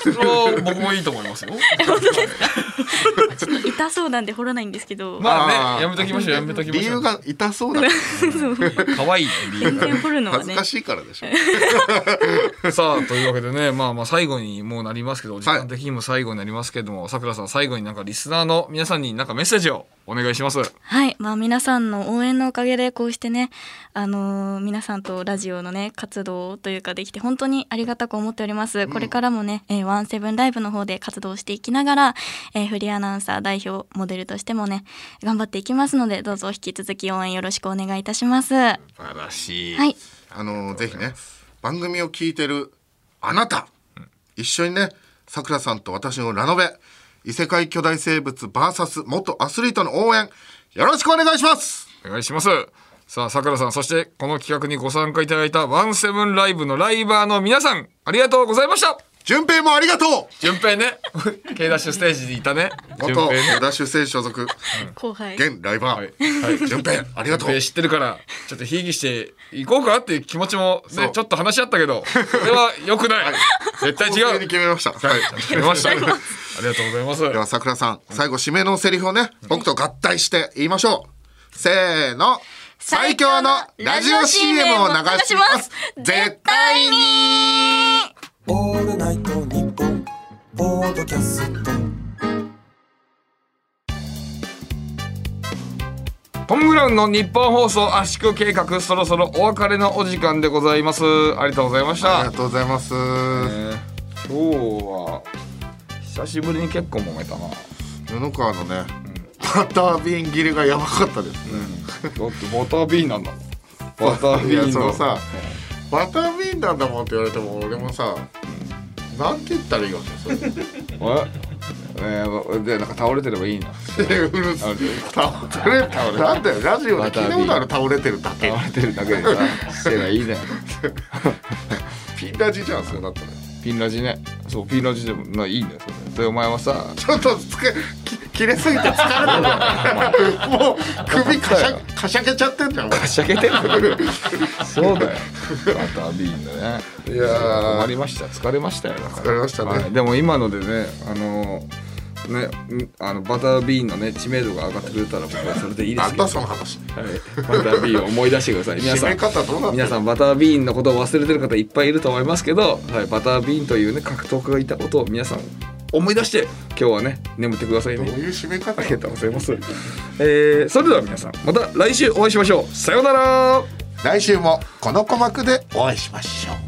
それは僕もいいと思いますよ
ちょっと痛そうなんで掘らないんですけ ど、
ま
あ
あ
ー
ねやめときましょうやめときま
理
しょ
由
う
が痛そうだから
可愛い理由
全然掘るのは
恥ず
ね
かしいからでしょ
さあというわけでねまあまあ最後にもうなりますけど時間的にも最後になりますけどもさくらさん最後になんかリスナーの皆さんになんかメッセージをお願いします
はい、まあ、皆さんの応援のおかげでこうしてね、あのー皆さんとラジオのね活動というかできて本当にありがたく思っております、これからもね、えー、ワンセブンライブの方で活動していきながら、えーフリーアナウンサー代表モデルとしてもね頑張っていきますのでどうぞ引き続き応援よろしくお願いいたしますは
素晴らしい、
い
あのぜひね番組を聞いてるあなた、一緒にねさくらさんと私のラノベ異世界巨大生物 VS 元アスリートの応援よろしくお願いします
お願いしますさあさくらさんそしてこの企画にご参加いただいたワンセブンライブのライバーの皆さんありがとうございました
順平もありがと
順平ね K ダッシュステージにいたね
う元
順平ね
ダッシュ選手所属
後輩
現ライバー、順平ありがと
順
う
平知ってるからちょっとひいきしていこうかっていう気持ちも
そ
ね
う
ちょっと話し合ったけどそれは良くない絶対
公
違
正に
う
決めました、はい、
出ましたありがとうございます
ではさくらさん最後締めのセリフをね僕と合体して言いましょうせーの最強のラジオ CM を流します絶対に
オールナイトニッポンポッドキャスト
トム・ブラウンの日本放送圧縮計画そろそろお別れのお時間でございますありがとうございまし
あり
た
がとうございます、
えー今日は久しぶりに結構揉めたな
布川のね、バタービン切れがやばかったですね、
だってバタービーンなんだバター
い
ビーン
や
の
そのさバタービンなんだもんって言われても俺もさ、なんて言ったらいいわけそれ
ええーでなんか倒れてればいいな
うるせえ倒れ倒れなんだよラジオで聞いたことある倒れてるだけ
倒れてるだけでさしてりゃいいね
ピンラジじゃんそうなったね
ピンラジねそうピンラジでもないいねそれでお前はさ
ちょっとつけき切れすぎて疲れてるもう首かしゃかしゃけちゃってんじゃん
はしゃげてるそうだよバタービーンだね
いやー
困りました疲れましたよだから
疲れましたね
はいでも今のでねあのーねんあのバタービーンのね知名度が上がってくれたら僕はそれでいいで
な
す
ん
けど、
だ
はい、
その話
バタービーンを思い出してください皆
締
さ
め
ん
方どうなって
皆
る
さんバタービーンのことを忘れてる方いっぱいいると思いますけど、はい、バタービーンというね格闘家がいたことを皆さん思い出して今日はね眠ってください
どう
ね
いう締め
あ
方
りがとうございます、えー、それでは皆さんまた来週お会いしましょうさようなら
来週もこの鼓膜でお会いしましょう